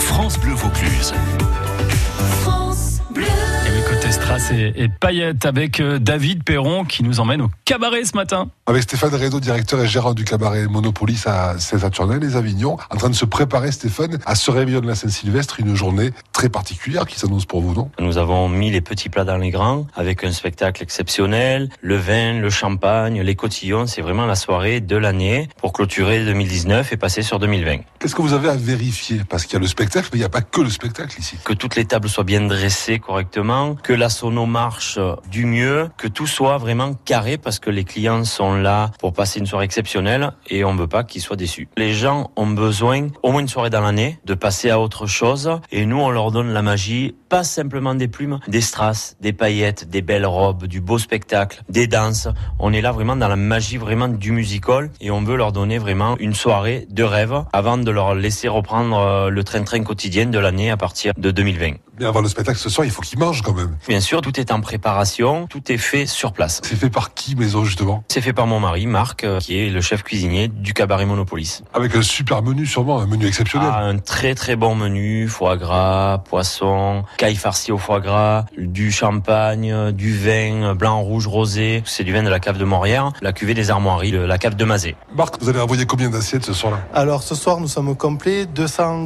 France Bleu Vaucluse. France Bleu. Et oui, côté Strass et, et Payette avec euh, David Perron qui nous emmène au cabaret ce matin. Avec Stéphane Rédo, directeur et gérant du cabaret Monopolis à Saint-Saturnel, les Avignon, en train de se préparer, Stéphane, à ce réveillon de la Saint-Sylvestre, une journée très particulière qui s'annonce pour vous, non Nous avons mis les petits plats dans les grands avec un spectacle exceptionnel, le vin, le champagne, les cotillons, c'est vraiment la soirée de l'année pour clôturer 2019 et passer sur 2020. Qu'est-ce que vous avez à vérifier Parce qu'il y a le spectacle, mais il n'y a pas que le spectacle ici. Que toutes les tables soient bien dressées correctement, que la sono marche euh, du mieux, que tout soit vraiment carré parce que les clients sont là pour passer une soirée exceptionnelle et on ne veut pas qu'ils soient déçus. Les gens ont besoin, au moins une soirée dans l'année, de passer à autre chose et nous on leur donne la magie, pas simplement des plumes, des strass, des paillettes, des belles robes, du beau spectacle, des danses. On est là vraiment dans la magie vraiment du musical et on veut leur donner vraiment une soirée de rêve avant de leur laisser reprendre euh, le train-train quotidien de l'année à partir de 2020. Mais avant le spectacle ce soir, il faut qu'ils mangent quand même. Bien sûr, tout est en préparation, tout est fait sur place. C'est fait par qui, maison, justement C'est fait par mon mari, Marc, euh, qui est le chef cuisinier du cabaret Monopolis. Avec un super menu, sûrement, un menu exceptionnel. Ah, un très très bon menu, foie gras, poisson, caille farcie au foie gras, du champagne, euh, du vin euh, blanc, rouge, rosé. C'est du vin de la cave de Morière, la cuvée des armoiries, de la cave de Mazet. Marc, vous allez envoyer combien d'assiettes ce soir-là Alors ce soir, nous sommes au complet,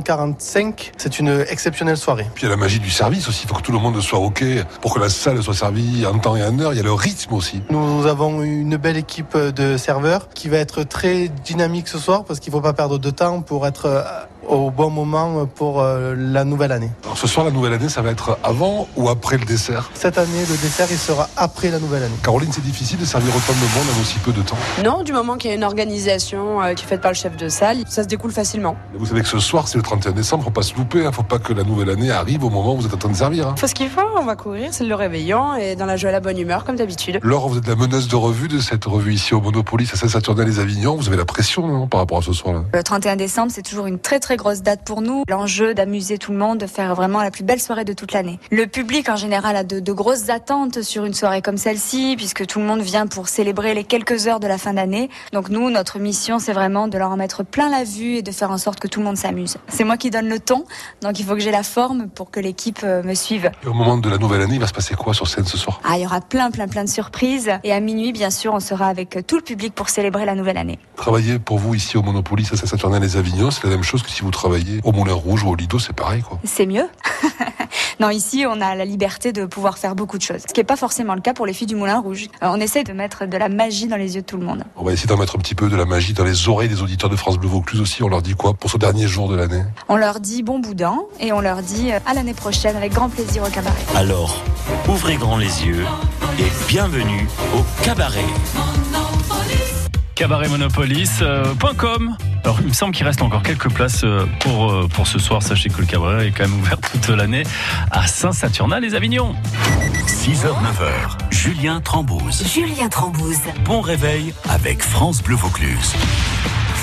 245. C'est une exceptionnelle soirée. Puis il y a la magie du service aussi, il faut que tout le monde soit OK pour que la salle soit servie en temps et en heure. Il y a le rythme aussi. Nous avons une belle équipe de serveurs qui va être très dynamique ce soir parce qu'il ne faut pas perdre de temps pour être euh, au bon moment pour euh, la nouvelle année. Alors ce soir, la nouvelle année, ça va être avant ou après le dessert Cette année, le dessert, il sera après la nouvelle année. Caroline, c'est difficile de servir autant de monde en aussi peu de temps. Non, du moment qu'il y a une organisation euh, qui est faite par le chef de salle, ça se découle facilement. Vous savez que ce soir, c'est le 31 décembre, faut pas se louper, hein. faut pas que la nouvelle année arrive au moment où vous êtes en train de servir. hein. Faut ce qu'il faut, on va courir, c'est le réveillant et dans la joie, la bonne humeur comme d'habitude. Laure, vous êtes la menace de revue de cette revue ici au Monopolis à Saint-Saturnal-les-Avignon. Vous avez la pression non, par rapport à ce soir-là. Le 31 décembre, c'est toujours une très très grosse date pour nous. L'enjeu d'amuser tout le monde, de faire vraiment la plus belle soirée de toute l'année. Le public en général a de, de grosses attentes sur une soirée comme celle-ci, puisque tout le monde vient pour célébrer les quelques heures de la fin d'année. Donc nous, notre mission, c'est vraiment de leur en mettre plein la vue et de faire en sorte que tout le monde s'amuse. C'est moi qui donne le ton, donc il faut que j'ai la forme pour que l'équipe euh, me suive. Et au moment de la nouvelle année, il va se passer quoi sur scène ce soir Ah, il y aura plein plein plein de surprises. Et à minuit, bien sûr, on sera avec euh, tout le public pour célébrer la nouvelle année. Travailler pour vous ici au Monopolis à Saint-Saturnal-les-Avignon, c'est la même chose que si vous travaillez au Moulin Rouge ou au Lido, c'est pareil quoi. C'est mieux. non, ici, on a la liberté de pouvoir faire beaucoup de choses, ce qui n'est pas forcément le cas pour les filles du Moulin Rouge. Euh, on essaie de mettre de la magie dans les yeux de tout le monde. On va essayer d'en mettre un petit peu de la magie dans les oreilles des auditeurs de France Bleu Vaucluse aussi. On leur dit quoi pour ce dernier jour de l'année On leur dit bon boudin et on leur dit euh, à l'année prochaine avec grand plaisir au cabaret. Alors, ouvrez grand les yeux et bienvenue au cabaret. Cabaretmonopolis.com. euh, Alors, il me semble qu'il reste encore quelques places euh, pour, euh, pour ce soir. Sachez que le cabaret est quand même ouvert toute l'année à Saint-Saturnin-les-Avignon. 6h, 9h, Julien Trembouze. Julien Trembouze. Bon réveil avec France Bleu Vaucluse.